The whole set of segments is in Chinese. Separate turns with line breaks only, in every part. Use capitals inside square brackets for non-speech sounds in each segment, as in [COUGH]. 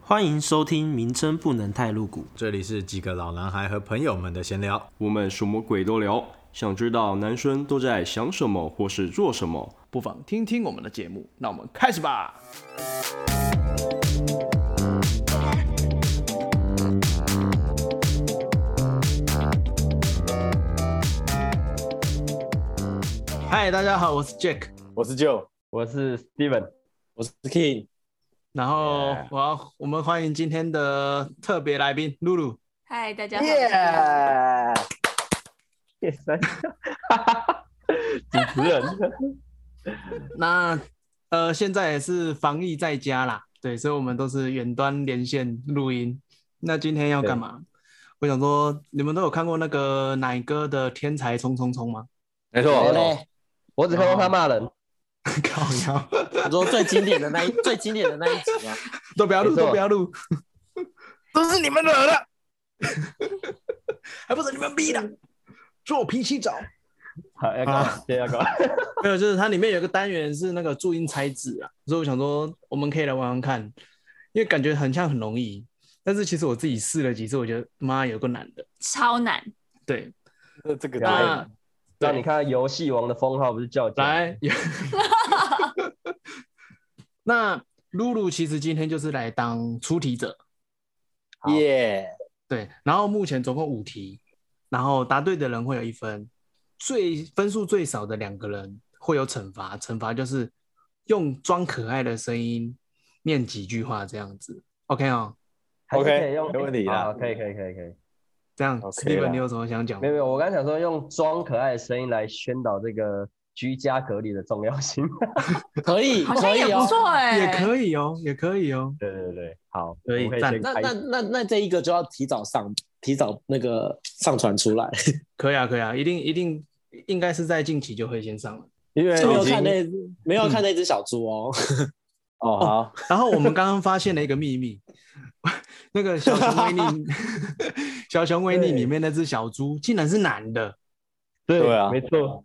欢迎收听，名称不能太露骨。
这里是几个老男孩和朋友们的闲聊，
我们什么鬼都聊，想知道男生都在想什么或是做什么。
不妨听听我们的节目。那我们开始吧。嗨，大家好，我是 Jack，
我是 Joe，
我是 Steven，
我是 King。
然后我要我们欢迎今天的特别来宾露露。
嗨，大家好。
耶！
叶三，哈哈哈，主持人，
那呃，现在也是防疫在家啦，对，所以我们都是远端连线录音。那今天要干嘛？我想说，你们都有看过那个奶哥的《天才冲冲冲》吗？
没
我
错，
嘞，我只看到他骂人，
靠腰，
你说最经典的那一最经典的那一集吗？
[LAUGHS] 都不要录，
没错
都不要录，
都是你们惹
[LAUGHS]
的。
还不是你们逼的，说我脾气早。啊
好，要搞，先要搞，
[LAUGHS] 没有，就是它里面有一个单元是那个注音拆字啊，所以我想说我们可以来玩玩看，因为感觉很像很容易，但是其实我自己试了几次，我觉得妈有个难的，
超难，
对，
这这个
对
对，
那
让你看游戏王的封号不是叫假，
来， [LAUGHS] 那露露其实今天就是来当出题者，
耶！
对，然后目前总共五题，然后答对的人会有一分，最分数最少的两个人会有惩罚，惩罚就是用装可爱的声音念几句话这样子，OK 哦，
还是
OK，
可以用
没问题啦
好可以可以可以可以，
这样
OK
，Steven
啦
你有什么想讲
没？有没有，我刚想说用装可爱的声音来宣导这个居家隔离的重要性，
可以，
好像
可
也
以
不
哦。
错哎、
也可以哦，也可以哦，
对对对，好，
可以
我们可以
赞
先
那
开
那那那这一个就要提早上，提早那个上传出来， [LAUGHS]
可以啊，可以啊，一定一定应该是在近期就会先上了。
因为
没
已
有
经
看那只没有看那只小猪哦。
[LAUGHS] 哦好，
然后我们刚刚发现了一个秘密， [LAUGHS] 那个小熊
[LAUGHS]
维尼，小熊维尼里面那只小猪竟然是男的，
对
对啊
没错，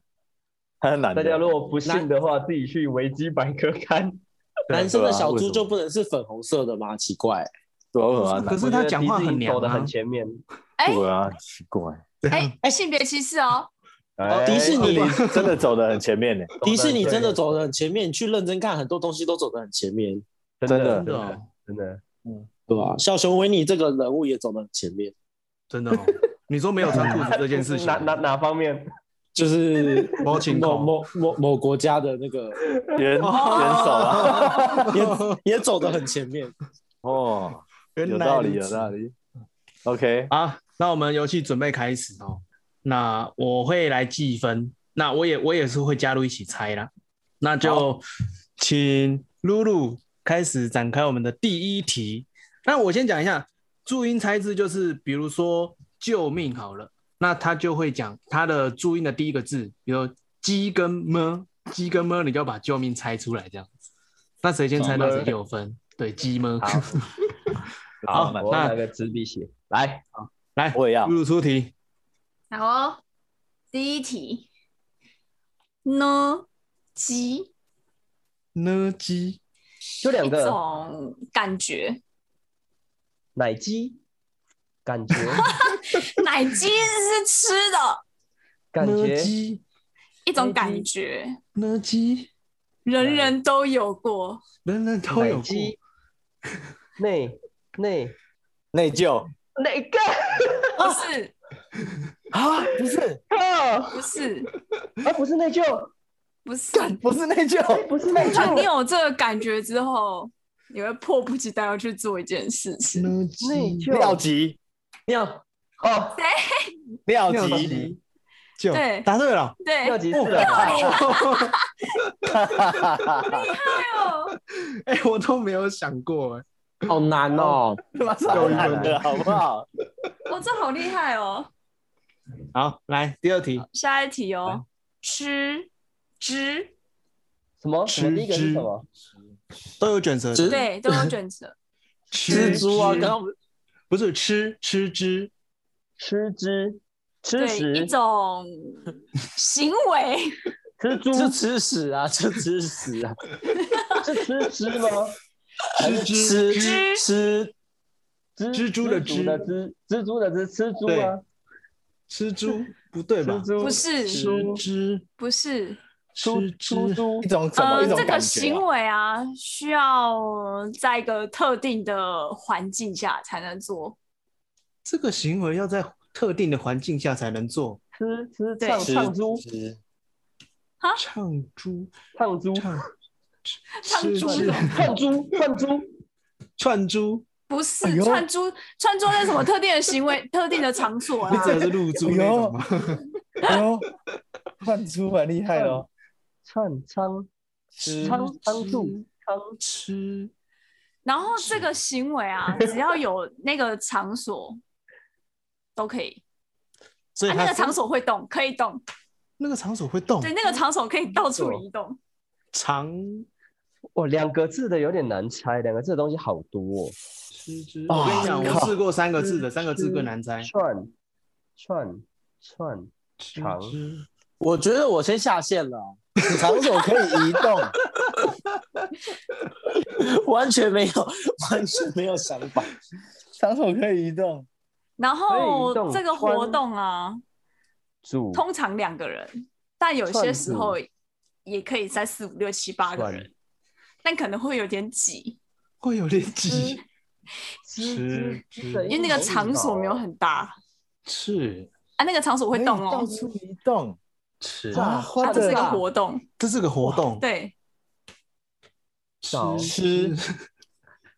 他很难
大
的。
家如果不信的话，自己去维基百科看，
男生的小
为什
猪
么
就不能是粉红色的吗？奇怪。
对啊为什么要难
可是
我
他
觉得
讲话
迪士尼
很娘
走的
啊
很前面，
哎
对啊，奇怪。
哎、性别歧视哦，
哎
迪士尼
真的走的很前面呢，
迪士尼真的走得很前面，你去认真看，很多东西都走得很前面，
真
真的
真的哦，
真的，
对
啊
吧？小熊维尼这个人物也走得很前面，
真的哦。你说没有穿裤子这件
[LAUGHS]
事情，
哪哪哪方面？
就是
猫情
某
控
某某某国家的那个
元元首啊，
[LAUGHS] 也也走得很前面。
哦，有
原来
道
如
理，有
此
道理。OK，
好，那我们游戏准备开始哦。那我会来计分，那我也我也是会加入一起猜啦。那就请露露开始展开我们的第一题。那我先讲一下注音猜字，就是比如说“救命”好了，那他就会讲他的注音的第一个字，比如“鸡”跟“么”，“鸡”跟“么”，你就要把“救命”猜出来这样子。那谁先猜到谁就有分。对，“鸡”“么”。 [LAUGHS] 好
我
那
拿个纸笔写来。
来，
我也要
露露出题。
好哦。第一题，呢鸡
呢鸡
就两
一
个
种感觉，
奶鸡，感觉
奶鸡是吃的，
[LAUGHS]
感
呢
觉
鸡
一种感觉，
呢鸡，
人人都有过。
人人都有
奶
过
鸡内内
内疚
哪个？
不是，
啊，不是，
靠
不是，
啊，不是内疚，哎
不是。
不是内疚，
不是内
啊你
疚，
有这个感觉之后，你会迫不及待要去做一件事情。
呢
内
鸡
尿
疚
急，
尿哦，
尿
尿
急，
急就
对
答对了，
对，
尿急是啊，
哎呦
[LAUGHS] 哎，我都没有想过，哎，
好难哦，
他妈
有
超
一
难
分
嗯
的，好不好？
我、这好厉害哦！
好，来第二题，
下一题哦，吃之
什么？
吃
我们第一个是什么？
都有卷舌的，
只
对都有卷舌，
蜘蛛啊，
吃
刚刚不是
不是吃吃之，
吃之吃
对一
屎
种行为，
吃猪 [LAUGHS]
是吃屎啊，就吃屎啊，
是吃之吗？
吃
吃
蜘
吃
蜘
蜘蛛的
蛛的蜘，蜘蛛的蜘，吃猪啊，
吃猪不对吧
吃？猪
不是
吃猪
不是，
吃
猪
猪
猪
一种怎么
呃
一，种
这个
感觉
行
啊？
为啊，需要在一个特定的环境下才能做。
这个行为要在特定的环境下才能做。
吃吃
对
唱
吃
唱猪
吃
啊
唱猪
唱猪
唱
唱
吃
猪
吃
什
[LAUGHS]
么
串猪串猪，
串 [LAUGHS] 猪，
不是串珠，串珠在什么特定的行为、特定的场所啦？
这个是露珠那种 [LAUGHS] 吗？
哎呦，换出蛮厉害的哦。
串仓
[LAUGHS] 吃
仓仓猪仓
吃
然后这个行为
[LAUGHS]
啊，只要有那个场所都可以，
所以
啊，
它哦
那个
是
场所会动，可以动，
那个场所会动
对，，那个场所可以到处移动。
长
哇，两个字的有点难猜，两个字的东西好多、哦。
吃猪。
啊
我跟你讲，我
靠
试过三个字的，三个字更难猜。
串串串长
吃
我觉得我先下线了，
啊场所可以移动，
完全没有，完全没有想法。
场所可以移动，
然
可以移动
后这个活
穿
动啊，
主
通常两个人，但有些
串
时
珠
候也可以在四五六七八个
串
人，但可能会有点挤，
会有点挤，
吃
吃
吃的
因为那个场所没有
很。
很大
是
啊，那个场所会动
哎
可以到
哦，
处移动
吃，
啊！
它
花
这是
的
一个活动，
这是个活动。
对，
找
吃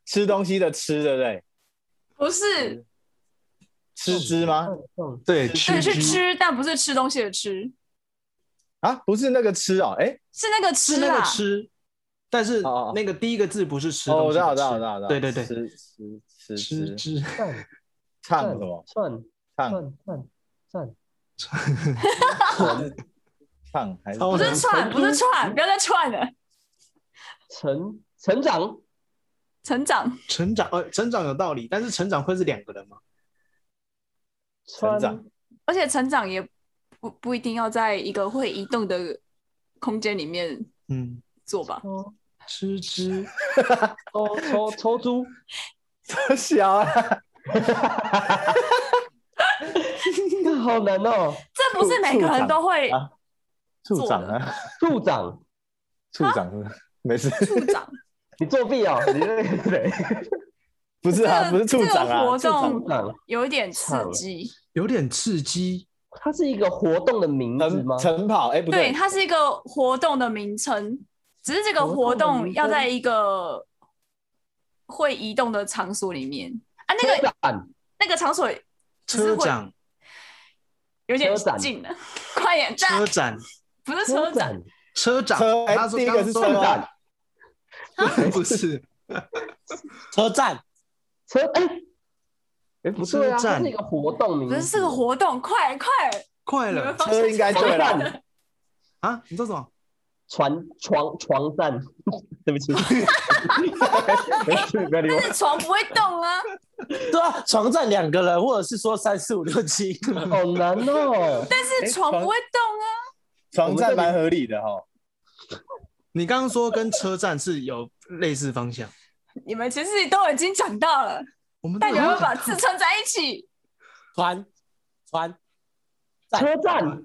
吃东西的吃，对不对？
不是，
吃汁吗？
嗯
对，
对，
吃
是吃，但不是吃东西的吃，
啊，不是那个吃哦，哎，
是那个吃啊
是那
啦
个，吃，啊但是
哦哦
那个第一个字不是吃
哦，
东
我知
西的
道，我知道，我
吃
知道，我知道
对对对，
吃吃
吃
吃吃，
吃
唱什么？
串
唱
串串串
唱还是
超
不是
人
串，不是串，不要再串了。
成成长
成长
成长，呃，成长有道理，但是成长会是两个人吗？
成
穿
长
而且成长也不不一定要在一个会移动的空间里面
嗯，
做吧。
抽
吃吃
抽抽猪
小啊？
这个好难哦，
这不是每个人都会
啊处长啊，
处长
处长是不是没事，
助长，
你作弊哦，你这个谁？
不是啊，
这个
不是处长
这个活
啊，
动
处长
有一点刺激。
有点刺激，
它是一个活动的名字吗
晨？晨跑，哎，不
对，它是一个活动的名称，只是这个活动要在一个会移动的场所里面啊。那
车
个
展
那个场所只是
车
会
长
有点
车展
近了， [LAUGHS] 快点站
车，展
不是车展，
车长，
车哎
啊他说
第一个是
刚
车
刚说
车
长
[LAUGHS]
展
[LAUGHS]
啊
不是
车站
车哎哎不对啊，
车
它
站
是一个活动名
不
字，
是是个活动，快快，
快
你们
了
发
车
现
应该对
[LAUGHS]
了，
啊？你说什么？
船床床站， [LAUGHS] 对
[LAUGHS]
不起，没事，不要理我
但。是床不会动啊。
对啊，床站两个人，或者是说三四五六七个人，
好难哦，
但
诶
是床
床
不会动啊，
床站蛮合理的哈。
你刚刚说跟车站是有类似方向，
你们其实都已经长大了，
我们
但你们会
都
把字串在一起。
团团
车站，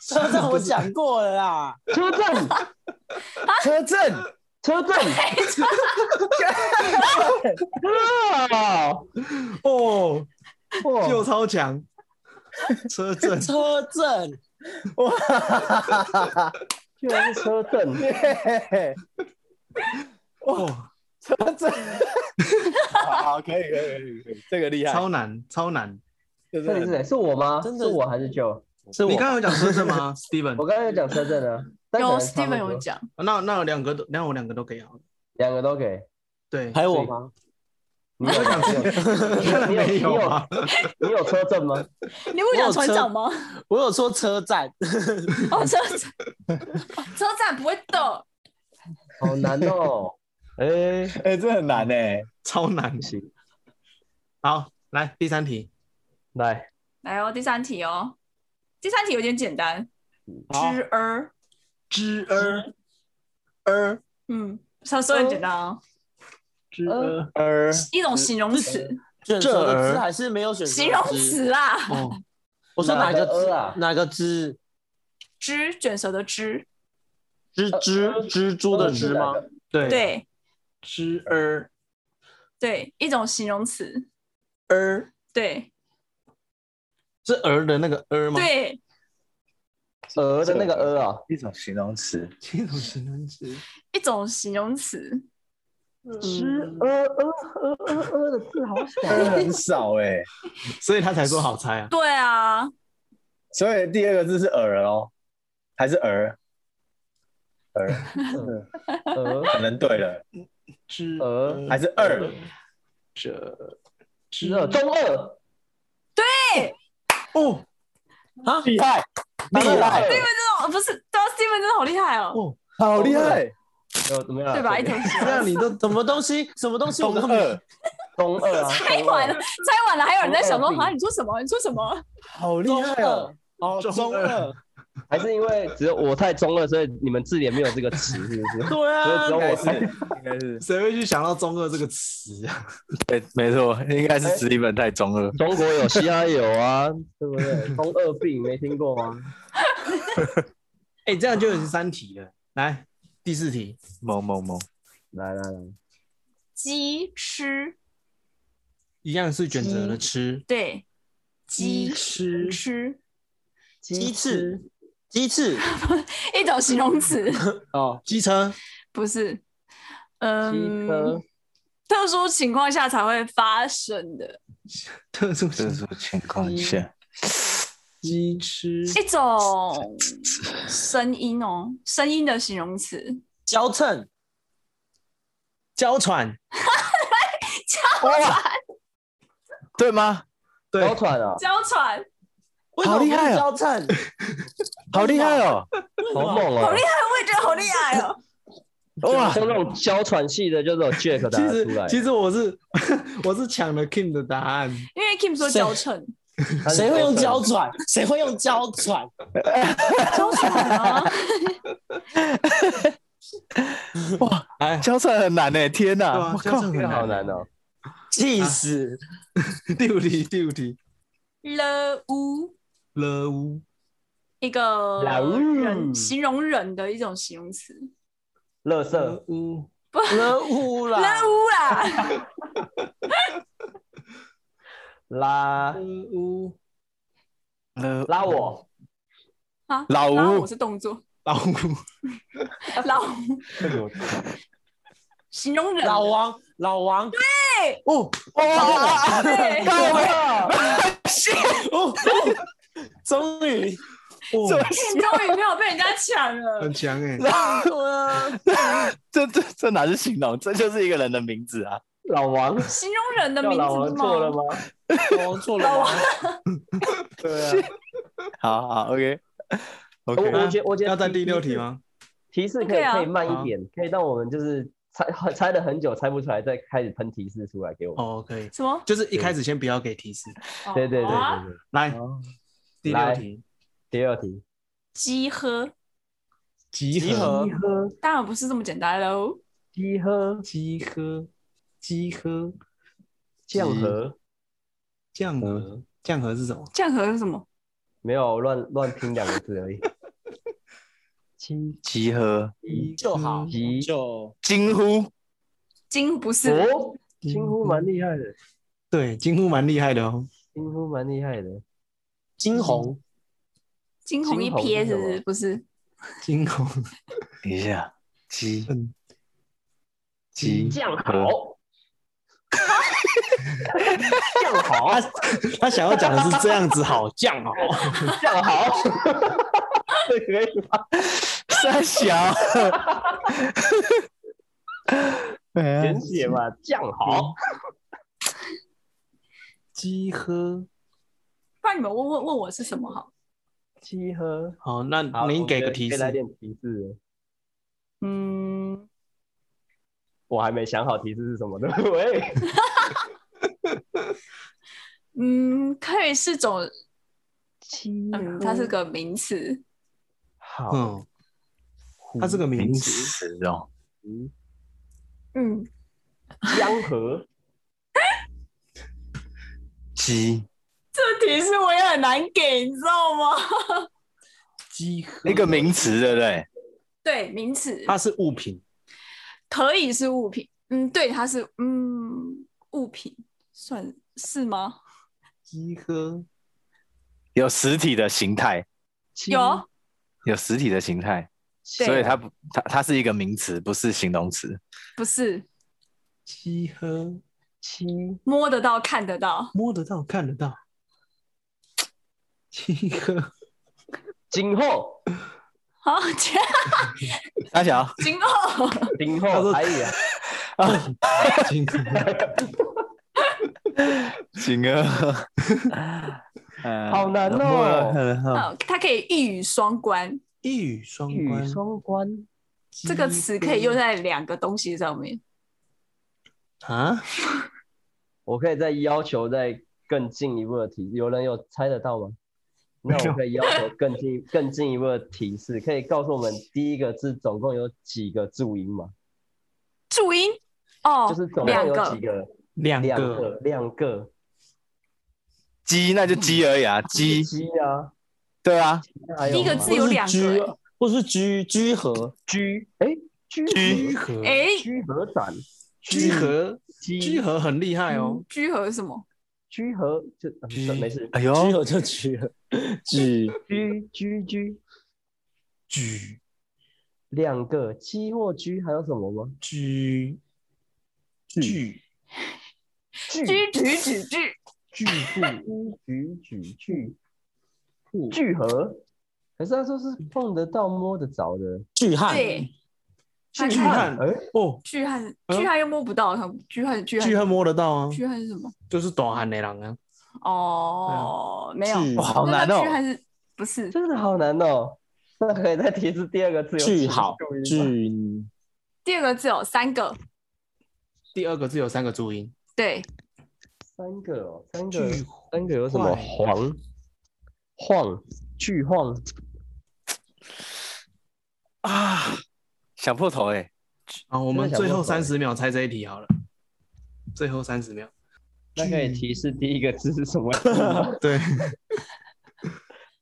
车站我讲过了啦，
车站，
车震，
车站，啊！
哦，
哇
就超强，车 [LAUGHS] 站
车震
哇，
居然是车震，
耶
哦，
车震，好，可以，可以，可以可以，这个厉害，
超难超难。
这
到底是
是
谁？是我吗？
真
是
的
我还是就？
是我
你刚刚有讲车站 [LAUGHS] 吗，Steven？哦
我刚才有讲车震啊，但可
有
能差不
Steven
多
有讲，
那那有两个都，那我两个都给好了。
两个都给。
对，
还有我吗？
你有吗？
当然 [LAUGHS]
你有
没
你
有
有
啊，
你有车震吗？
你不讲船长吗？
我有说车站，
哦，车站，车站不会动，
好难
[LAUGHS]
哦。哎，
哎，这很难哎，
超难。
行，
好，来第三题，
来，
来哦，第三题哦，第三题有点简单，
好
之儿，
知儿儿
嗯，所以所以很简单啊，
之呃
呃，
一种形容词，
卷舌的
这
字
儿
还是没有选
形容词啊啦，
哦，
我说
哪
哪个
个
字
呃啊
哪个字？
之卷舌的之，
蜘蜘
呃
蜘蛛的蜘吗？
对，
对
之儿
对，一种形容词，
儿
对
是儿的那个儿吗？，
对，
鹅的那个鹅啊，
一种形容词，
这种形容词，
一种形容词，
鹅鹅鹅鹅鹅的字好小
呃很少哎，
所以他才说好猜啊。
对啊，
所以第二个字是耳哦，还是儿？儿
鹅
可能对了，
之
嗯
鹅
还是二？
者
之二中二，
哦
啊，
厉害，厉害，
哦不是，对啊，Steven 真的好厉害哦，
哦，
好厉害！
有怎么样？
对吧？一种形
这
容
样你都什么东西？什么东西？我
中
刚刚
二，
中二
[LAUGHS]
啊，
猜
中
完
二
了，猜完了，还有人在想说
中二病
啊，你说什么？你说什么？
好厉
中
害哦！
二哦，中二，
啊还是因为只有我太中二，所以你们字典没有这个词，是不是？
对
所以
嗯
啊
只
应
有
该
我
是
才，
应该是，
谁会去想到中二这个词啊？
对，没错，应该是史蒂芬太中二。
中国有，西安有啊，对不对？
嗯
中二病没听过啊吗？
[LAUGHS] 哎，这样就有十三题了。来，第四题，
萌萌萌，
来来来，
鸡吃，
一样是选择了吃，
对，鸡
吃
吃，
鸡翅，鸡翅
一种形容词，
哦，
机车
不是，
鸡
嗯
科，
特殊情况下才会发生的
特殊
特殊情况下，
机吃
一种声音哦，声音的形容词，
娇嗔，
娇喘，
对吗？
小喘啊，
娇喘，
为什么
好厉害哦
娇嗔？
好厉害哦！
好猛
好
哦
厉！害，我也觉得好厉害哦。
哇，
像那种娇喘系的，就是有 Jack
其
答得出
实
来，
其实我是 [LAUGHS] 我是抢了 Kim 的答案，
因为 Kim 说娇嗔，
他是
谁会用
娇
娇喘？谁会用娇喘？
娇喘啊，
哎，
交战很难呢，天
对
哪！
啊
我，
娇
靠，
喘很
这个好
难。
难
嗯
哦。
气死！
第五题，第五题，
了乌。
了乌
一个
啦呜
人形容人的一种形容词，
乐色，
嗯
乌
了污啦
啦！呜啦，
拉
了
嗯
乌嗯
拉我，
啊
老
然后
吴
我是动作，
老乌
老吴形容人，
老王，老王，
哦，
哇，
对，
终
哦，
于，
哎终于没有被人家抢了
很，强哎，
这这这哪是形容？这就是一个人的名字啊！
老王，
形容人的 [LAUGHS]
叫
名字
老王错了
吗？
[LAUGHS]
吗？
老王错了吗？
对啊，
好好，OK，OK，、
我我觉得我觉得
要在第六
吗？
题吗？
提示可
可以
以
啊
可以慢
好
一点，可以让我们就是猜 [LAUGHS] 猜了很久猜不出来，再开始喷提示出来给我们。
哦，可以，
什么？
就是一开始先不要给提示，
哦
对对对
好啊
对对。
来
哦
第六
来
题，
第二题，
鸡喝，
集
集合
鸡喝
当然不是这么简单喽。
鸡喝
集合集合
酱河，
酱河酱河是什么？
酱河是什么？
没有乱乱拼两个字而已。 [LAUGHS] 鸡
集合
就好，
鸡
就
惊呼，
金不是，
哦，惊呼蛮厉害的，
对，金呼蛮厉害的哦，
惊呼蛮厉害的。
惊鸿，
惊鸿一瞥是不
金红是什
是？
么
不是，
金鸿
等一下，集
嗯
集
酱好，酱好，
[LAUGHS] 他想要讲的是这样子好酱哦，
酱
[LAUGHS]
好，这可以吗？
三
[LAUGHS]
小，哎呀
简写嘛，酱好，
鸡喝。
不然你们问问问我是什么好？
鸡喝。
好，那
好
您给个
我觉得
提
可以来
示，
点提示。
嗯，
我还没想好提示是什么的。
[LAUGHS]
喂，
嗯，可以是种，嗯，它是个名词，
好，
嗯嗯，它是个名
名
词，
词哦，
嗯，
江河
鸡
这题是我也很难给，你知道吗？ [LAUGHS]
鸡和
一个名词，对不对？
对，名词
它是物品，
可以是物品，嗯，对，它是嗯物品，算是吗？
鸡和
有实体的形态，
有
有实体的形态，
对
所以它不，它它是一个名词，不是形容词。
不是
鸡和
七
摸得到、看得到，
摸得到看得到，鸡和
今后
好，这样
大小，
今后
今
他
后
说
台语啊，
鸡和
请 [LAUGHS] 啊，呃
好难哦
摸了看得到
呃它可以一语双关，
[LAUGHS] 一语双
一语
关，
双关，
鸡
这个词可以用
和
在两个东西上面。
啊，
[LAUGHS] 我可以再要求再更进一步的提，有人有猜得到吗？那我可以要求更进更进一步的提示，可以告诉我们第一个字总共有几个注音吗？
注音哦，
就是总共
两
有几
个
个？
两
两
个
个，两个嗯
鸡，那就鸡而已啊，鸡，
鸡啊，
对啊，
那还有
第一个
吗
字有两
居
个，，
或是居居合，
居，哎，居
居
居和
哎，
居合展，
居和居和很厉害哦
嗯，居合是什么？
居合就啊
居
没事，
哎
居
呦，
合就居合，居
居居居
居
两个鸡或居还有什么吗？
居居
居举举举，
巨富居举巨富聚合，可是他说是碰得到、摸得着的。
巨汉，
对，
巨
巨汉
汉
哎，
哦，
巨汉，
嗯
巨汉又摸不到，巨汉巨汉
巨汉摸得到啊，
巨汉是什么？
就是短汉的人啊，
哦，没
啊
有，
巨
哇好
那
难哦
巨，汉是不是？
真的好难哦。那可以再提示第二个字有
巨
几个
好
注音吗
巨
第二个字有三个，
第二个字有三个注音，
对，
三个哦，三个
巨
三个有什么？
坏
黄晃巨晃
啊，想破头哎，
啊，我们
真的想
最后
不出来
三十秒猜这一题好了，最后三十秒，
那可以提示第一个字是什么 [LAUGHS] 字吗？
对，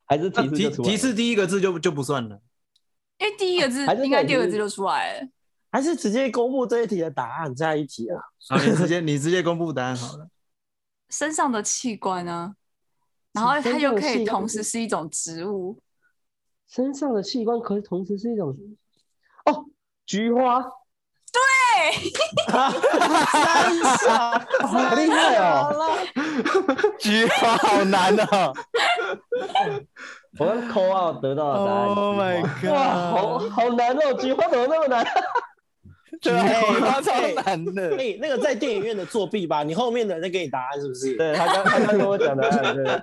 还是提示
提
就出来了
提示第一个字就就不算了，
因为第一个字
还是那
应该
已
第二个
经
字就出来了。
还是直接公布这一题的答案，下一题啊，
啊，你直接你直接公布答案好了，
身上的器官呢，然后它
身
又
上的
可以
器官
同时是一种植物，
身上的器官，可是同时是一种哦，菊花， [LAUGHS]
[LAUGHS]
对，好厉害哦！
菊花好难哦
[LAUGHS]
我刚 call out 得到的答案
，Oh
菊
my
花
god，
哇，好好难哦，菊花怎么那么难？
对，菊花超难
哎、
的，
那个在电影院的作弊吧，你后面的人在给你答案是不是？
对他刚他刚跟我讲答案，对对对，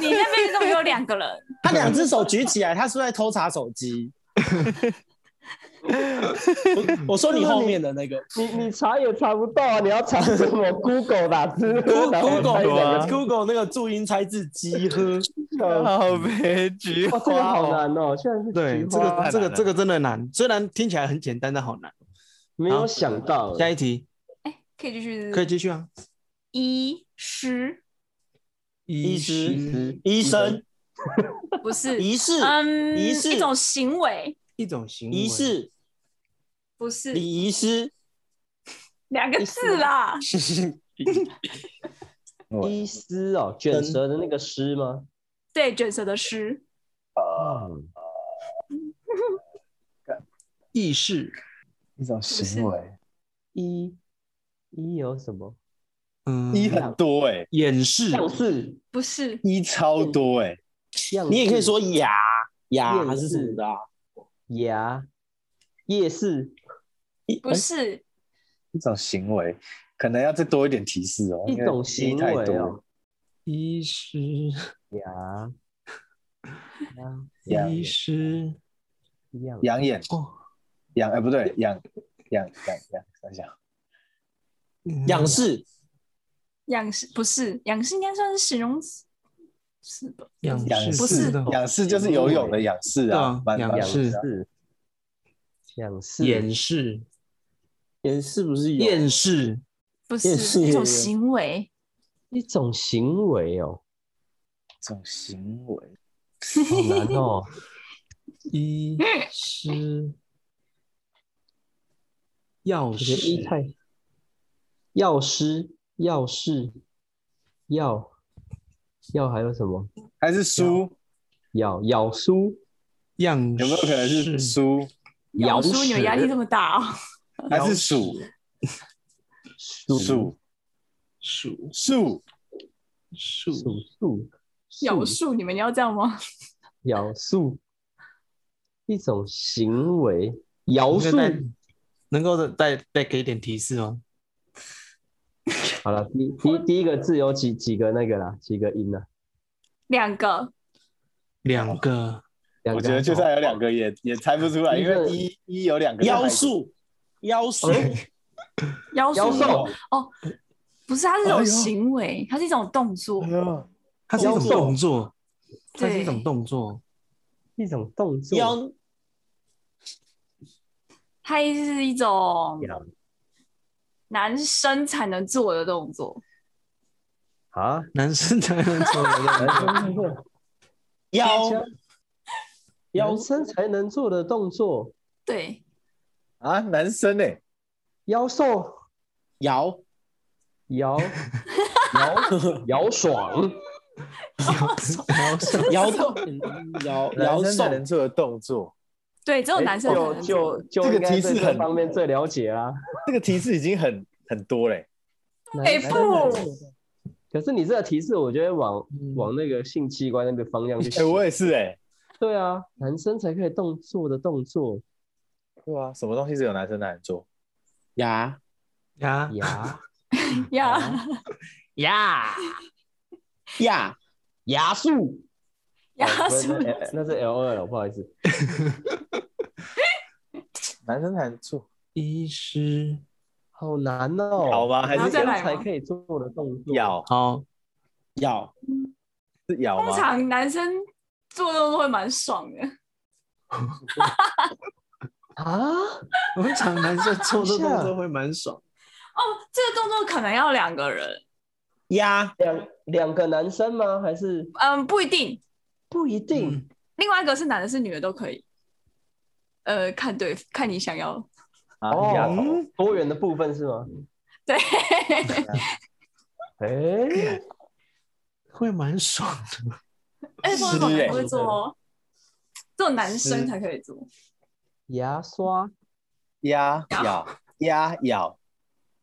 你那边怎么有两个人？
他两只手举起来，他是不是在偷查手机？ [LAUGHS] 我我说你后面的那个
你 [LAUGHS] 你查也查不到啊，你要查什么？Google 打字 [LAUGHS]
Google
哇，
啊 Google 那个注音猜字集 [LAUGHS] 合，
好悲，菊
这个
花
好
哦，
难哦，居然是
对，
菊
这
花，
太难
个这个
了
这个真的难，虽然听起来很简单，但好难。
没有想到，
下一题
哎，可以继续，
可以继续啊，
医师
医
师、医生、
不是
仪式、
嗯，
仪式
一种行为，
一种行为，
仪式、
不是
礼仪师、
两个字啦，
医师哦，卷舌的那个师吗？
对，卷舌的师，
意识，
一种
行
为，
一一有什么？
嗯，
一很多哎，
掩饰，
像是
不是
一超多嗯哎，
像
嗯你也可以
是
说牙牙
厌
还是什
嗯
么的、啊，
牙夜市
一
不是
一种行为，可能要再多一点提示哦，
一
因为
种行
太
为
多了
哦，
[LAUGHS]
医师，
牙
养
医师，
样
养眼
哦，
养哎不对，养养养养想想，
嗯
仰视、
仰视，不是仰视，应该算是形容词，是吧？
仰
仰
视
不是
视
的哦，
仰视就是
欸
游泳的仰视
对
啊
啊，
蛮
仰
蛮
视
是像是
掩饰，
也是不是有
厌世，
不
也
是
是
一
耶
种行为，
一种行为哦，
这种行为？
好难哦。
医师药
我觉得一
师
太药师、药师、药药还有什么？
还是书？
药药书、
样
有没有可能是
式
书？
[LAUGHS] 咬
咬
书你们压力这么大
[LAUGHS]
哦，
还是鼠？
数
鼠
嗯
数
鼠
数
数数
咬树你们要这样吗？
摇树，一种行为。摇树，
能够再再给一点提示吗？
好了，第第第一个字有几几个那个啦，几个音啦？
两个
两个
两个啊
我觉得就算有两个也也猜不出来，
一
因
个
为一一有两个
妖，术？妖术？
哦
妖
妖
术
兽
哦，不是，它是一种行为，它是一种动作，
它是一种动作，它是一
对
种动作，
一种动作。
妖
它也是一种
妖
男生才能做的动作，
啊，
男生才能做的动
男
作。
生做 [LAUGHS]
妖
男生才能做的动作，
对，
啊，男生呢？
妖兽
[LAUGHS]
妖？
[LAUGHS] 摇摇摇爽，
然后
[LAUGHS]
妖妖
男
妖
生才
兽
能？做的动作，
对，只有男生才
就
能做
就就
这个
应该
提示
对这
很
方面最了解啊。
这个提示已经很很多嘞。
北
男
部
哦
可是你这个提示，我觉得往
嗯
往那个性器官那个方向去
哎，
嗯
想。
我也是哎。
对啊，男生才可以动做的动作，
对啊，什么东西只有男生才能做？
牙
呀
[LAUGHS]
牙
呀
呀，
牙
牙术，
[LAUGHS] 呀
哦不是
树
那哎那是 L 二了，不好意思，
男生才能做，
医师
好难哦。
咬吗？还
然后
是
再
男
来
生才
吗
可以做的动作，
咬？
好，
妖
是咬
通
吗？
常男生做动作会蛮爽的，哦
啊，
我们常男生做这
等一下
动作会蛮爽。
哦，这个动作可能要两个人，
牙
两两个男生吗？还是
嗯，不一定，
不一定？
嗯，
另外一个是男的是女的都可以，呃，看对看你想要，
啊，
哦
牙头。
多元的部分是吗？
对，
哎、
会蛮爽的。
哎，不
是
然我
欸
不会做哦，只有男生才可以做，
牙刷
压咬压咬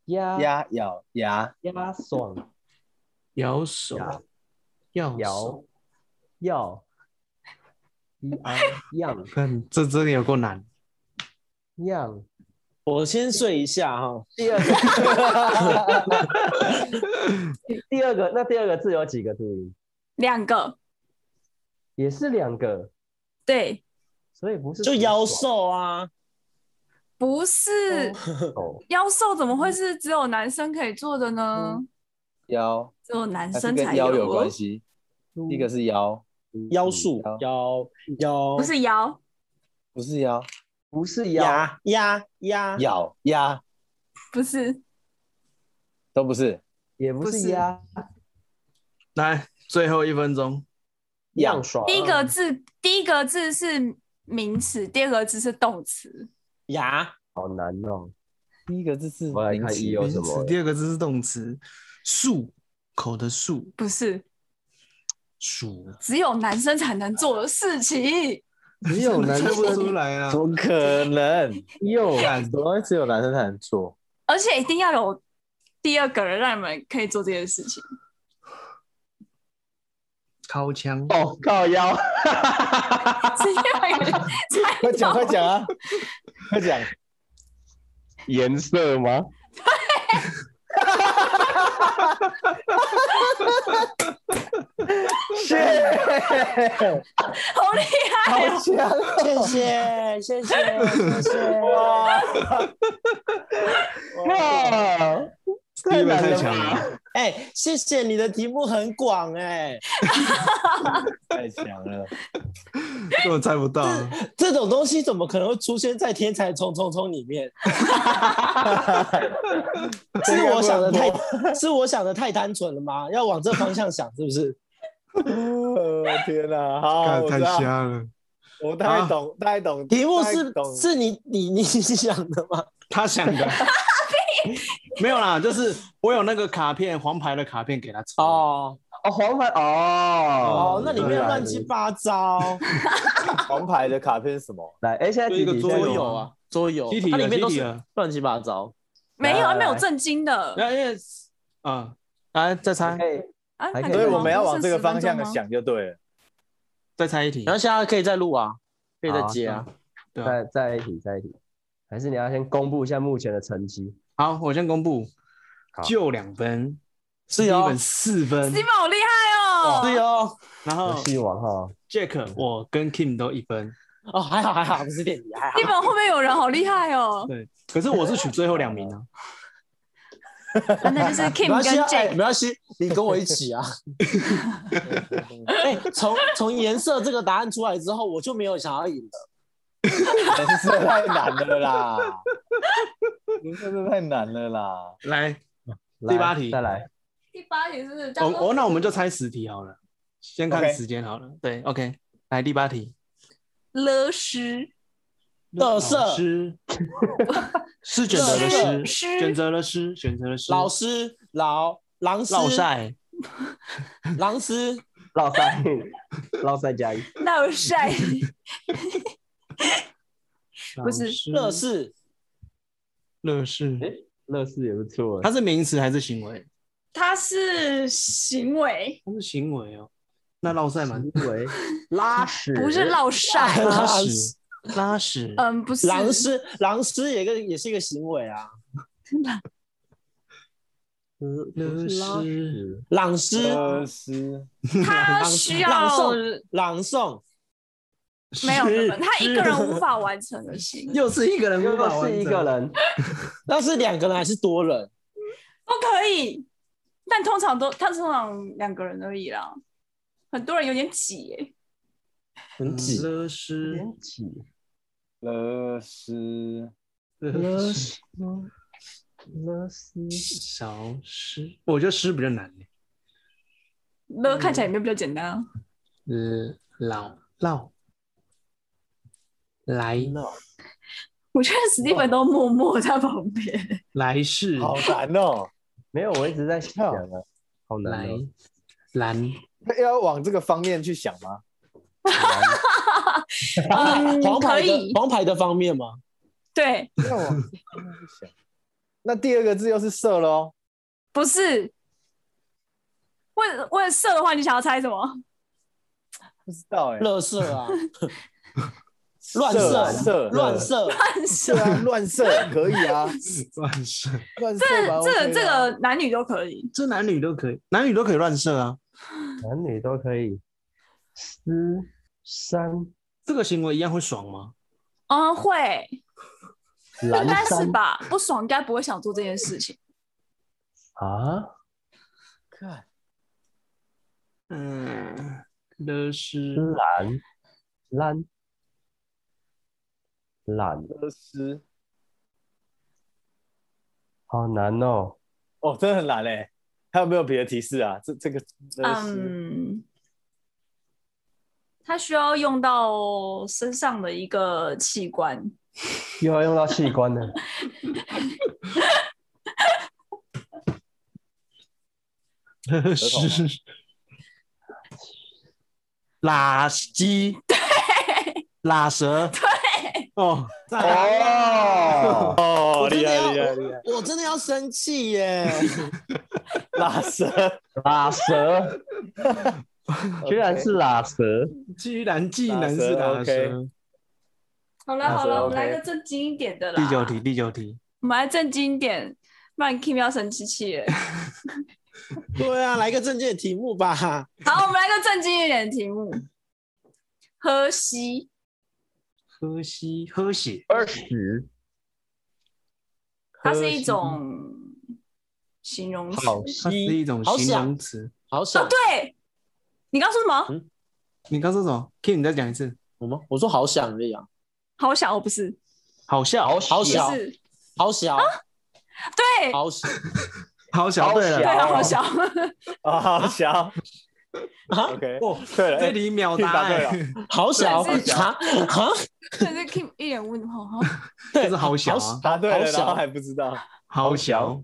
牙
压咬牙
牙爽
摇手，要手，
摇药样
看这真的有够难。
样。
我先睡一下哈。
第二个， [LAUGHS] 第第二个，那第二个字有几个字？
两个，
也是两个，
对，
所以不是
嗯
就妖兽啊，
不是
哦，
妖兽怎么
嗯
会是只有男生可以做的呢？
腰，
只有男
嗯还是
生才
跟腰有
哦
关系。一个是腰，
妖术
妖
妖妖
不是妖，
不是腰，
不是牙
牙牙牙
咬压
不是
都不是
也不
不
是
是
鸭，
来，最后一分钟，
样爽。
第一
嗯
个字，第一个字是名词，第二个字是动词，
牙
好难哦，
第一个字是
我来
名
看
词
一有
名
什么
词，第二个字是动词，漱口的漱，
不是
数
只有男生才能做的事情。
只
[LAUGHS]
有男
猜
生，
不出来啊
怎。么可能？
又
敢么只有男生才能做？
而且一定要有第二个人让你们可以做这件
[LAUGHS]
事情。
掏枪，
哦靠腰，
是另外一个人猜
快讲快讲啊！快讲，
颜色吗？
[LAUGHS]
好厉害哦！
谢谢谢谢谢谢。
哇，
第
太
一个
难
太
了
强
吧
了，
哎、谢谢你的题目很广哎、
太强了。
这我猜不到。
这种东西怎么可能会出现在《天才冲冲冲》里
[LAUGHS]
面？是我想的太是我想的太单纯了吗？要往这方向想是不是？
哦天哪，好，
干
哦
我
太
知道，
瞎了，
我太懂，太懂。
啊题目
太
是
懂
是你你你想的吗？
他想的 [LAUGHS] 没有啦，就是我有那个卡片，黄牌的卡片给他抽。
哦
哦，黄牌哦
哦，那里面
啊
乱七八
[LAUGHS]
糟，
黄牌的卡片是什么？
来，哎，现在
就一
几
个
题？
桌
现在
游
有
有
吗
啊，桌游
集体，
它
了，
里面
集
都
体
是
了，
乱七八糟。
没有
来
啊，
来
没有震惊的
然后因为啊，来再猜，
可以，
啊，
还可以
所以
对
我们要往这个方向
的。
想就对了。
再猜一题
然。后现在可以再录啊，可以再接啊。
对啊，
再再一题，再一题，还是你要先公布一下目前的成绩？
好，我先公布，
好
就两分，
是
Steven
哦
四分，
Steven 好厉害哦！
对哦，
然
游
后
戏王哈，
Jack 我跟 Kim 都一分，
哦还好还好，不是垫底，还好
Steven 后面有人好厉害哦！
对，可是我是取最后两名啊，
啊那就是
没
Kim
关
跟
系啊，哎
Jake
没。关系，你跟我一起
[LAUGHS]
啊。哎，从从颜色这个答案出来之后，我就没有想要赢了。
颜色太难了啦，颜色真的太难了啦。
来，
来
第八题
再来，
第八题是不是？
我我那我们就猜十题好了，先看
OK
时间好了，对，OK，来第八题，
勒诗
乐色
老
[LAUGHS]
师是选择
乐色
了诗，
诗
选择了诗，选择了诗，
[LAUGHS] 老师老狼师
老晒，
狼师
绕赛， [LAUGHS] 绕赛加一，
闹晒不是
老师
乐事
乐事，
诶乐视也不错
它，是名词还是行为？
他是行为，
它是行为哦，那老晒蛮
因为
拉
屎
不是闹晒。
拉
拉
屎拉屎，
嗯，不是。
狼师狼师也个也是一个行为啊，
乐事
朗诗
二十，
他需
[LAUGHS] 朗
要
诵朗诵
没有没有，他一个
是
人无法完成的行为，
又是一个人无法
又
完
是一
成
个人，
那是两个人还是多人？
不可以。但通常都，他通常两个人而已啦，很多人有点挤
嗯
耶。
很挤。
乐师
天启
二十，
乐师
乐视
小诗，我觉得诗比较难耶
勒看起来也没有比较简单啊。
呃，老老来
我觉得史蒂芬都默默在旁边，
[LAUGHS]
[LAUGHS]
来世
好难哦，
没有，我一直在想啊，好难
来
哦，
蓝
要往这个方面去想 [LAUGHS] 吗？
嗯，
黄
可
牌
以
的，黄牌的方面吗？
对，
要往这个方面去想。那第二个字又是色喽，
不是。问问色的话，你想要猜什么？
不知道哎，
乐色啊，乱
色
射
色
乱射，
[LAUGHS]
色啊， [LAUGHS] 乱 [LAUGHS] 色可以啊，
乱射， [LAUGHS]
乱色吧
这个
OK
这
啊
个男女都可以。
这男女都可以，男女都可以乱射啊，
男女都可以，诗山
这个行为一样会爽吗？
嗯，会，
蓝
应该是
山
吧？不爽应该不会想做这件事情。
啊，
看
嗯，乐师
嗯蓝蓝蓝，
二十，
好难哦，
哦，真的很难哎。还有没有别的提示啊？这这个乐师
嗯，他需要用到身上的一个器官，
又要用到器官了，
乐
头吗
师 [LAUGHS] 拉鸡，拉蛇，对，哦，
哦，
哦，
嗯我真
厉
的
害
要
厉害厉害，
我真的要生
[LAUGHS]
气耶！
拉 [LAUGHS] 舌，
拉蛇，居然是拉蛇，
居然技能是打
打蛇
蛇。
好了
那
好了，
是
我们来
OK
个正经一点的啦。
第九题，，第九题，
我们来正经一点，不然 Kim 要生气气了。
对啊，来个正经的题目吧。
好，我们来个正经一点的题目。喝稀，
喝吸喝血，
二十，
它是一种形容词。
好
它是一种
好
形
想
容词。
好
哦
想，，
对，你刚说什么？
你刚说什么？Kim，你再讲一次。
我吗？我说好想而已啊，
好小哦，不是，
好笑，
好
不
小，
是，
好小，
对，
好小
好小。
好
对
对，
了，
小
好小，
啊，好小。OK，
哦
对了，
这
哎
里秒
去
答
答对
哎，
好小
对是
[LAUGHS] 啊啊！
[LAUGHS] 但是 Kim 一脸问号，哈
这是好小啊，
答对
好
了，
小
然后还不知道。
好小。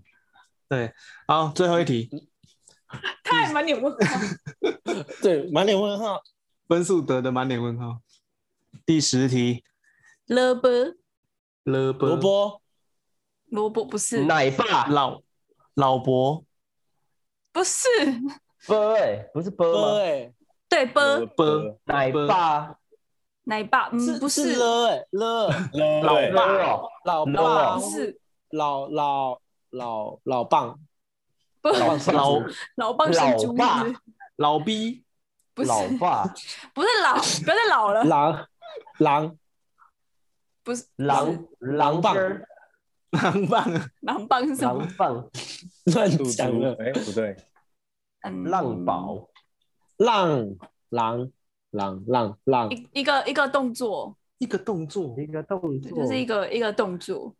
对，好，最后一题，
他还满脸问号。
对，满脸问号。
分数得的满脸问号。第十题，
萝卜，
了卜
萝卜
萝卜不是，
奶爸
老老伯
不是，
波哎，不是波
了
吗？
哎，
对，波
伯
奶爸
奶爸，嗯，不
是了哎了
老
波哦，
老
了
爸
不是
老老老老棒
不
老
老
老棒是猪
老爸
是
老逼
不是
老爸
不是老，不要再老了，
狼狼
不是不是
狼狼
棒
根儿
狼棒
狼棒是什么
狼？棒
乱
赌
讲
猪
了，
哎，不对，
嗯
浪宝
浪狼狼浪浪
一一个一个动作，
一个动作
一个动
对，
作
就是一个一个动作。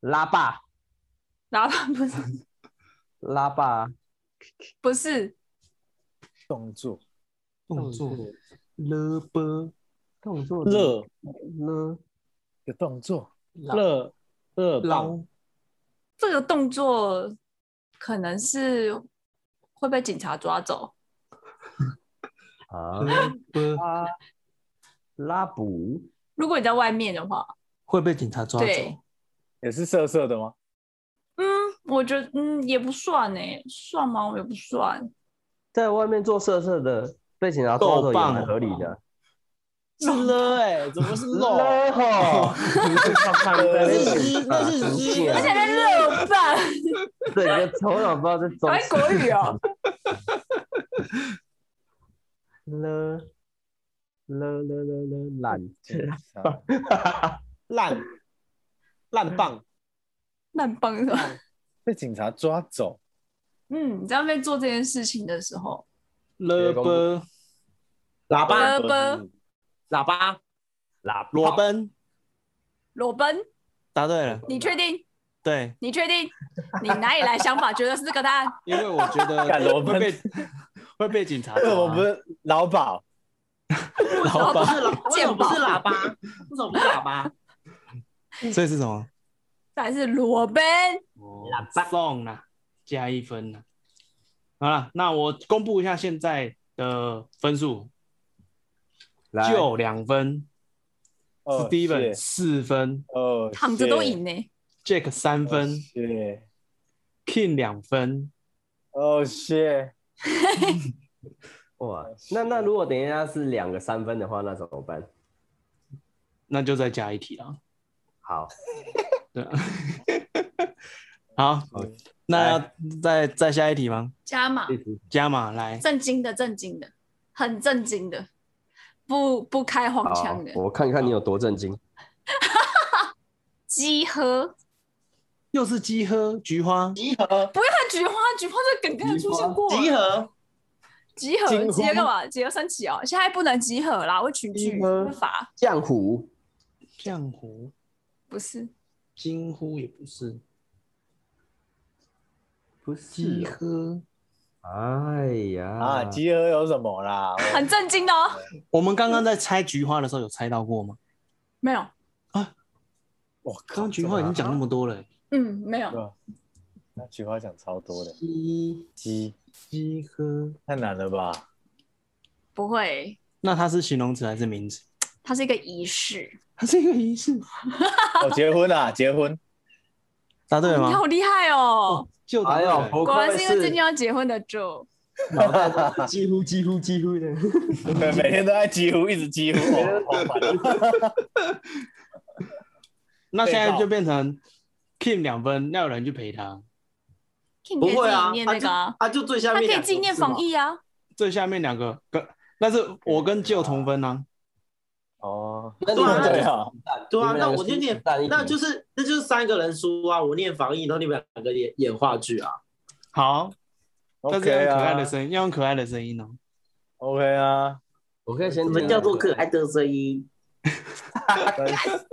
拉霸
然后不是
拉霸
不是
动作
动作了伯
动作
乐
呢？
的动作，
乐乐棒
老
这个动作，可能是会被警察抓走。
啊
了伯
拉拉卜
如果你在外面的话，
会被警察抓
对
走。
也是色色的吗？
嗯，我觉得嗯也不算呢、算吗？我也不算。
在外面做色色的被警察抓走
够
也
棒
蛮合理的。
是了哎，怎么是
[LAUGHS]
乐？
乐吼，
那
乐
是日，那是啊日，
而
而且在热饭，
整个头脑不知道在
台
装
湾国语哦、
了了了了了懒，
烂烂棒
烂棒是吧？
被警察抓走，
嗯，你在外面做这件事情的时候，
了伯
喇叭
了伯
喇叭
喇叭
裸奔，
裸奔，
答对了，
你确定？
对，
你确定？你哪里来想法？觉得是这个答案？
[LAUGHS] 因为我觉得
[LAUGHS] 干裸奔
会被会被警察抓
为
啊。
[LAUGHS] 什么不是老鸨？
老板？
为什么不是喇叭？为什么不是喇叭？
所以是什么？
还是裸奔？
送啦，加一分啦。好了，那我公布一下现在的分数：
来
就两分
哦
，Steven
谢
四分
哦，
躺着都赢呢、
，Jack 三分
谢。
，King 两分。
哦，谢。
哦
哇！那
啊
那如果等一下是两个三分的话，那怎么办？
那就再加一题啊。
好，
对，啊 [LAUGHS] 好，那要再再下一题吗？
加码，
加码来，
震惊的，震惊的，很震惊的，不不开黄
好
腔的，
我看看你有多震惊。
鸡喝。
又是鸡喝菊花，
集合
不要看菊花，菊花这梗刚才出现过了。
集合
集合，
惊
集
呼
合干嘛？集合升旗哦！现在不能集合啦，会群聚，
集合
会罚。
浆糊
浆糊、
不是，
金糊也不是，
不
鸡
是
喝。
哦？哎呀
啊，集合有什么
[LAUGHS]
啦？
很震惊的哦。
我们刚刚在猜菊花的时候有猜到过吗？
没有，
我
刚刚菊花已经讲那么多了欸、
嗯，没有。
那菊花讲超多的，
鸡
鸡
鸡喝，
太难了吧？
不会，
那它是形容词还是名词？
它是一个仪式。
它是一个仪式，
哦，结婚啦，结婚，
答对了
你
吗？
好厉害哦！
就答
哎
对
呦，
了，
不
果然
愧
是因为最近要结婚的 Joe。
几乎几乎几乎的，
对，每天都在几乎，一直几乎，哦好烦哦
那现在就变成 Kim 两分，要有人去陪他。
King
不
可以
会
自
啊
己，念
他
那
就
个啊，
他就最下
他可
面两
以
个
纪念
字嘛
防疫啊。
最下面两个跟，但是我跟舅同分啊，
哦。
哦，那你
对啊
们两个
对
啊
对啊
你们
那
两个
我就念
淡一点
那就是那就是三个人输啊，我念防疫，然后你们两个演演话剧啊。
好，但是要
OK
用可爱
啊
的声音，要用可爱的声音哦。
，OK 啊，
我可以先
什
听
么
你
叫
们
做可爱的声音？
OK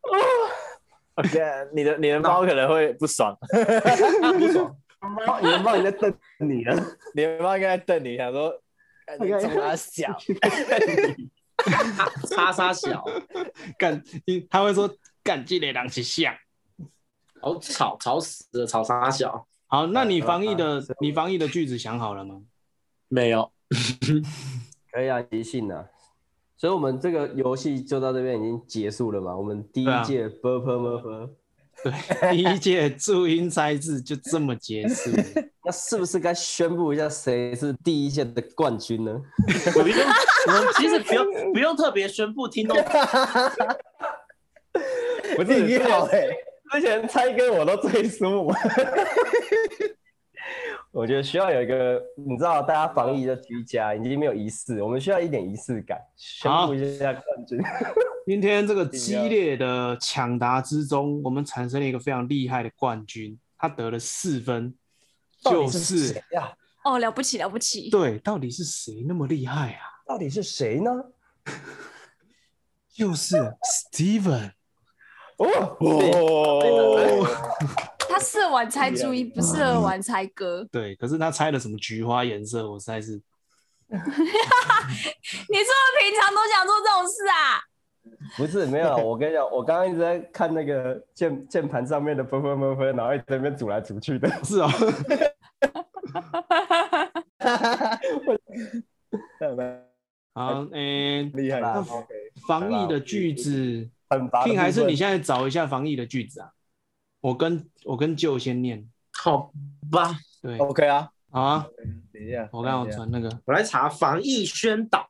OK OK，你的你的猫可能会不爽，
猫，你的猫你在瞪你
[LAUGHS]
啊！
你的猫应该在瞪你，想说哎你怎么想？
[LAUGHS] 叉叉小，
干，你他会说干这类狼是像。
好吵，吵死了，吵叉小。
好，那你
好
防疫
好
的
呃啊所以
你防疫的句子想好了
[LAUGHS]
吗？
没有，
可以啊，即兴啊。所以我们这个游戏就到这边已经结束了嘛？我们第
对
一
啊
届 b u r p e r m u r p e r
第一届注音猜字就这么
[LAUGHS]
结束了。
那是不是该宣布一下谁是第一届的冠军呢？
不用，我
啊
们其实不用不用特别宣布，听哦众
我自己好哎，之前猜歌我都最输，
[LAUGHS] 我觉得需要有一个，你知道，大家防疫的居家已经没有仪式，我们需要一点仪式感，宣
好
布一下冠军。
今天这个激烈的抢答之中，我们产生了一个非常厉害的冠军，他得了四分，
到
就
底是
是
哦，了不起了不起，
对，到底是谁那么厉害啊？
到底是谁呢？
就是 Steven，
哦，
他适合玩猜注
啊
音，不适合玩猜歌。
对，可是他猜了什么菊花颜色，我实在是
你是不是平常都想做这种事啊？
不是， [LAUGHS] 没有。我跟你讲，我刚刚一直在看那个键键盘上面的啵啵啵啵，然后一直在那边组来组去的。
是哦， [LAUGHS]
[LAUGHS]
好，诶、
厉害，
啊
防疫的句子
很
啊
烦。
，King 还是你现在找一下防疫的句子啊？我跟我跟舅先念，
好吧。
对，
OK 啊，
好啊，
等一下，
我刚好
等一下
传那个，
我来查防疫宣导，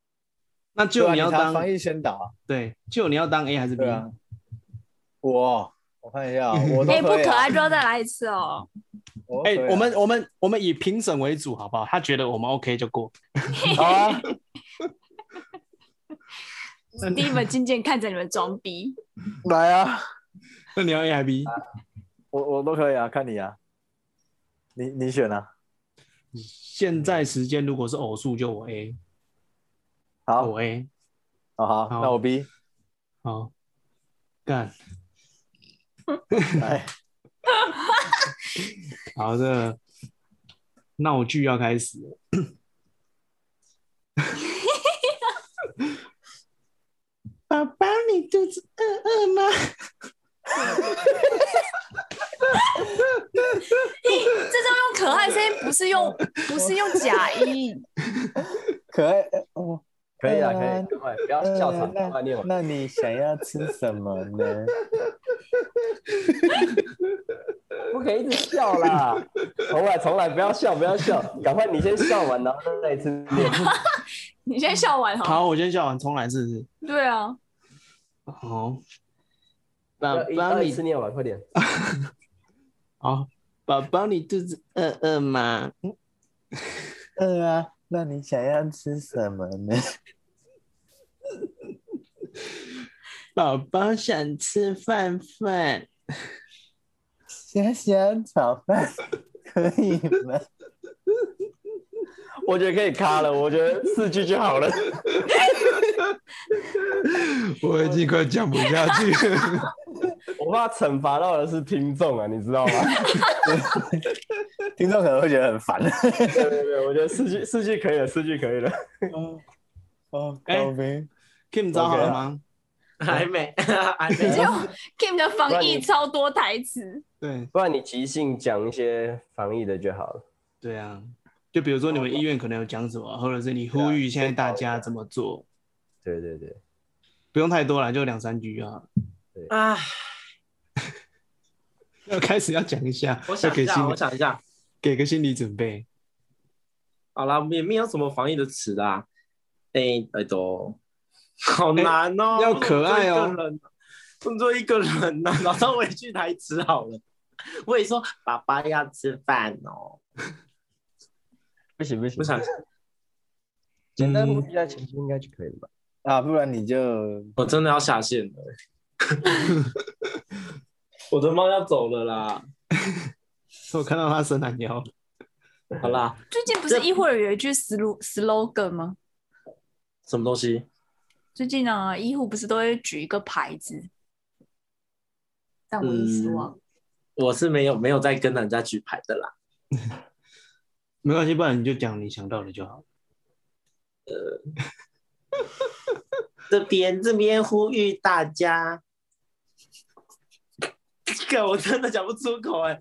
那
对
舅
啊
你要
查
当
防疫宣导啊，
对，舅你要当 A 还是 B？
对啊，我我看一下啊，我都
哎、不
可以
可
啊
爱，就要再来一次哦。
我都
哎、
可以啊
我们我们我们以评审为主，好不好？他觉得我们 OK 就过。
好啊，
Steven 静静看着你们装逼，
来啊，
那你要 A 还 B？
我我都可以啊，看你啊，你你选啊，
现在时间如果是偶数，就我 A，
好，
我 A。
好好，
好
那我 B，
好，干，
来，
[LAUGHS] 好的，闹剧要开始了。宝宝，你肚子饿饿吗？
这是用可爱声音，不是用不是用假音。
可爱哦，
可以啊，可
当然
以，赶快不要笑场，赶快念完。
那你想要吃什么呢？
不可以一直笑 [LAUGHS] 啦，从来从来不要笑，不要笑，赶快你先笑完，然后再来一次
[LAUGHS]
念。
你先笑完好。
好，我先笑完，重来是不是？
对啊，
好，
啊
宝
要一
宝，
要一
你
次念完，快点。
好，宝宝，你肚子饿饿吗？
饿啊，那你想要吃什么呢？
宝宝想吃饭饭，
想想炒饭可以吗？
我觉得可以卡了，我觉得四句就 [LAUGHS] 好了。
我已经快讲不下去了。
[LAUGHS] 我怕惩罚到的是听众啊，你知 [LAUGHS] 道吗？
[LAUGHS] 听众可能会觉得很烦。
对对对，我觉得四句四句可以了，四句可以了。
哦，
哎
高明，
Kim 找好了吗？
还没还
只
没
有 Kim 的防疫超多台词，
对
不然你即兴讲一些防疫的就好了。
对啊，就比如说你们医院可能有讲什么，或者是你呼吁现在大家怎么做，
对对对，
不用太多了，就两三句就好了。 [LAUGHS]
啊！
要开始要讲一下，
我
要
想
给
一
心
下，
理
我想一下，
给个心理准备。
好啦，我们也没有什么防疫的词啦。哎
[LAUGHS]
哎都，好难哦，
要可爱哦
我们做一个人，我们做一个人呐、 [LAUGHS] 啊，找到我一句台词好了。我也说爸爸要
[LAUGHS]
吃饭哦，
不行不行
我，想
简单呼吸一下情绪应该就可以了吧？
啊，不然你就
我真的要下线了， [LAUGHS] 我的猫要走了啦。
我看到他伸懒腰，
好啦，
最近不是议会有一句 slo slogan 吗？
什么东西？
最近啊，医护不是都会举一个牌子，但我已失望。
我是没有没有在跟人家举牌的啦。
没关系，不然你就讲你想到的就好。
这边这边呼吁大家，这个我真的讲不出口哎、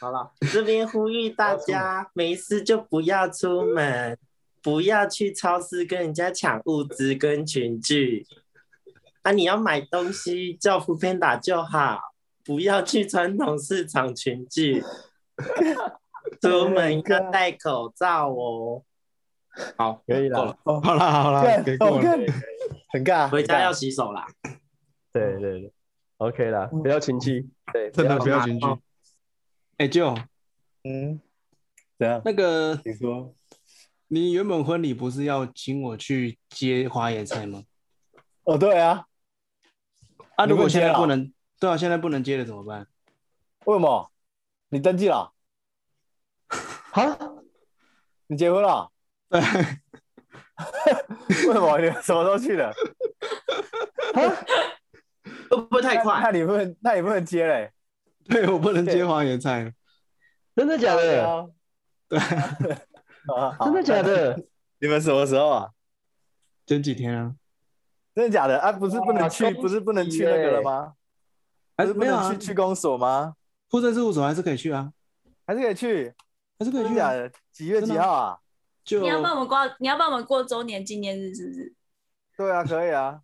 好了，这边呼吁大家，没事就不要出门，不要去超市跟人家抢物资跟群聚。啊，你要买东西叫福片打就好，不要去传统市场群聚。出门要戴口罩哦。好，
可以
够
啦
了，
好啦
啊
好啦，给过了。
很尬，
回家要洗手啦。
对对对，OK 啦，不要群聚，对，
真的
不
不
要
要群聚。哎、舅，
嗯，怎样？
那个
你说
你原本婚礼不是要请我去接花野菜吗？
哦，对啊，
啊，
你
如果
不
现在
接了
不能，对啊，现在不能接了怎么办？ [LAUGHS]
为什么？你登记了？
好，
你结婚了？
对，
为什么？你们什么时候去的？
会不会太快
那？你不能，那你不能接嘞。
[LAUGHS] 对我不能接花野菜了。
真的假
对
的？
啊， [LAUGHS] 啊好
真的假的？
[LAUGHS] 你们什么时候啊？
前几天啊，
真的假的？啊，不是不能去，
恭喜
不是不能去那个了吗？
还
不
是
是不
没有啊
能去？去公所吗？
户政事务所还是可以去啊，
还是可以去？
还是可以
真
去
的假
啊。
的？几月几号啊？
嗯就
你要帮我们过，你要帮我们过周年纪念日是不是？
对啊，可以啊。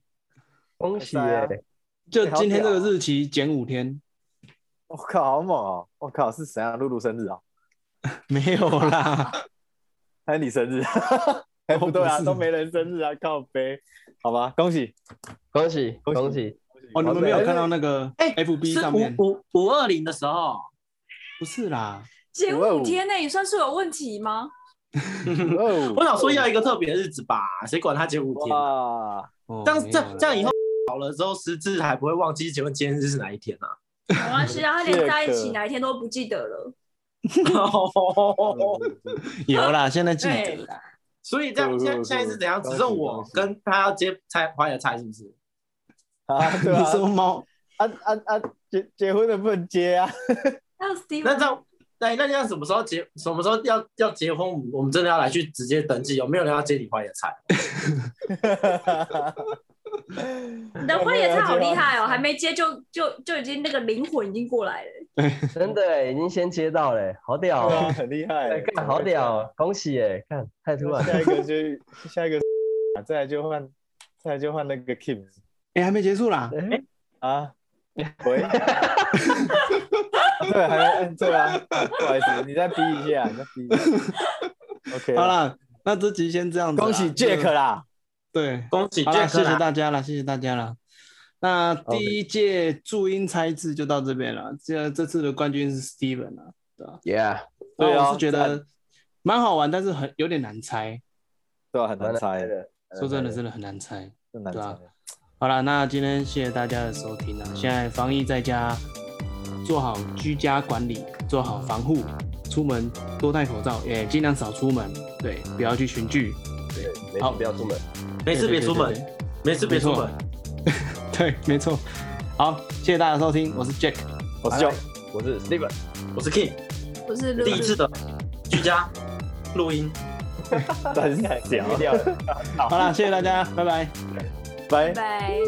恭喜欸
哇塞啊
耶！
就
哎好
今天这个
屌啊
日期减五天，
[LAUGHS] 我靠，好猛哦！我靠，是谁啊？露露生日啊？
没有
[LAUGHS]
啦。
还是你生
[LAUGHS]
日？哎，不对
哦不
啊，
是
都没人生日啊，靠背。好吧，恭喜！
恭喜
恭喜
恭喜！
哦，你们没有
哎
看到那个
哎
FB
是
上
五
面？
五五二零的时候，
不是啦，
减
525
五天内、你算是有问题吗？
哦
[LAUGHS]
我想说要一个特别的日子吧，谁管他减五天？
哇，
哦
这样
没有
这
啦
样这样以后好了之后，十字还不会忘记。请问今天日是哪一天啊？
没关系啊，他连在一
这
起
个
哪一天都不记得了。
哦有啦，现在记得
对啦，所以这样
不不
现在
不
现在是怎样？
恭
只
喜
剩我
恭喜
跟他要接菜花野菜是不是？
啊，
[LAUGHS]
对
你
啊，
说猫
啊啊啊，结结婚的不能接啊。
还有 Steve，
那这样。那那这样什么时候结？什么时候要要结婚？我们我们真的要来去直接登记？有没有人要接你花野菜？
你的婚也太好厉害哦，还没接就就就已经那个灵魂已经过来了。
真的欸耶，已经先接到嘞，好屌
对啊，
哦！
很厉害
哎，
欸，
干好屌哦，恭喜耶！看太突
那
然
下
了，
一个就下一个， [LAUGHS] 再来就换，再来就换那个 Kim
哎还没结束啦，
哎
啊，喂， [LAUGHS] 对，还要对啊，不好意思，你再逼一下，你再逼一下，OK，
好，啦，那这集先这样子啦。啊
啊恭喜
就
Jack 啦，
对，
恭喜啊
好啦，
Jack
谢谢
啦
大家啦，谢谢大家啦。那第一届注音猜字就到这边了，这这次的冠军是 Steven 啊，
，Yeah，
对啊
那我是觉
赞
得蛮好玩，但是很有点难猜，
对啊，很难猜，
的，
说真的真的很难猜。
很难
对
猜
啊。好啦，那今天谢谢大家的收听啊！现在防疫在家，做好居家管理，做好防护，出门多戴口罩，也尽量少出门，对，不要去群聚，
对，没
好
事，不要出门，
没事别出门，没事别出门。
对，没错。 [LAUGHS] 好，谢谢大家的收听，我是 Jack，
我是 Joe，
我是
[LAUGHS]
Steven，
我是 King，
不是
第一次的居家录音。
[LAUGHS]
但是太屌了，
好啦，谢谢大家，拜拜。
拜
拜。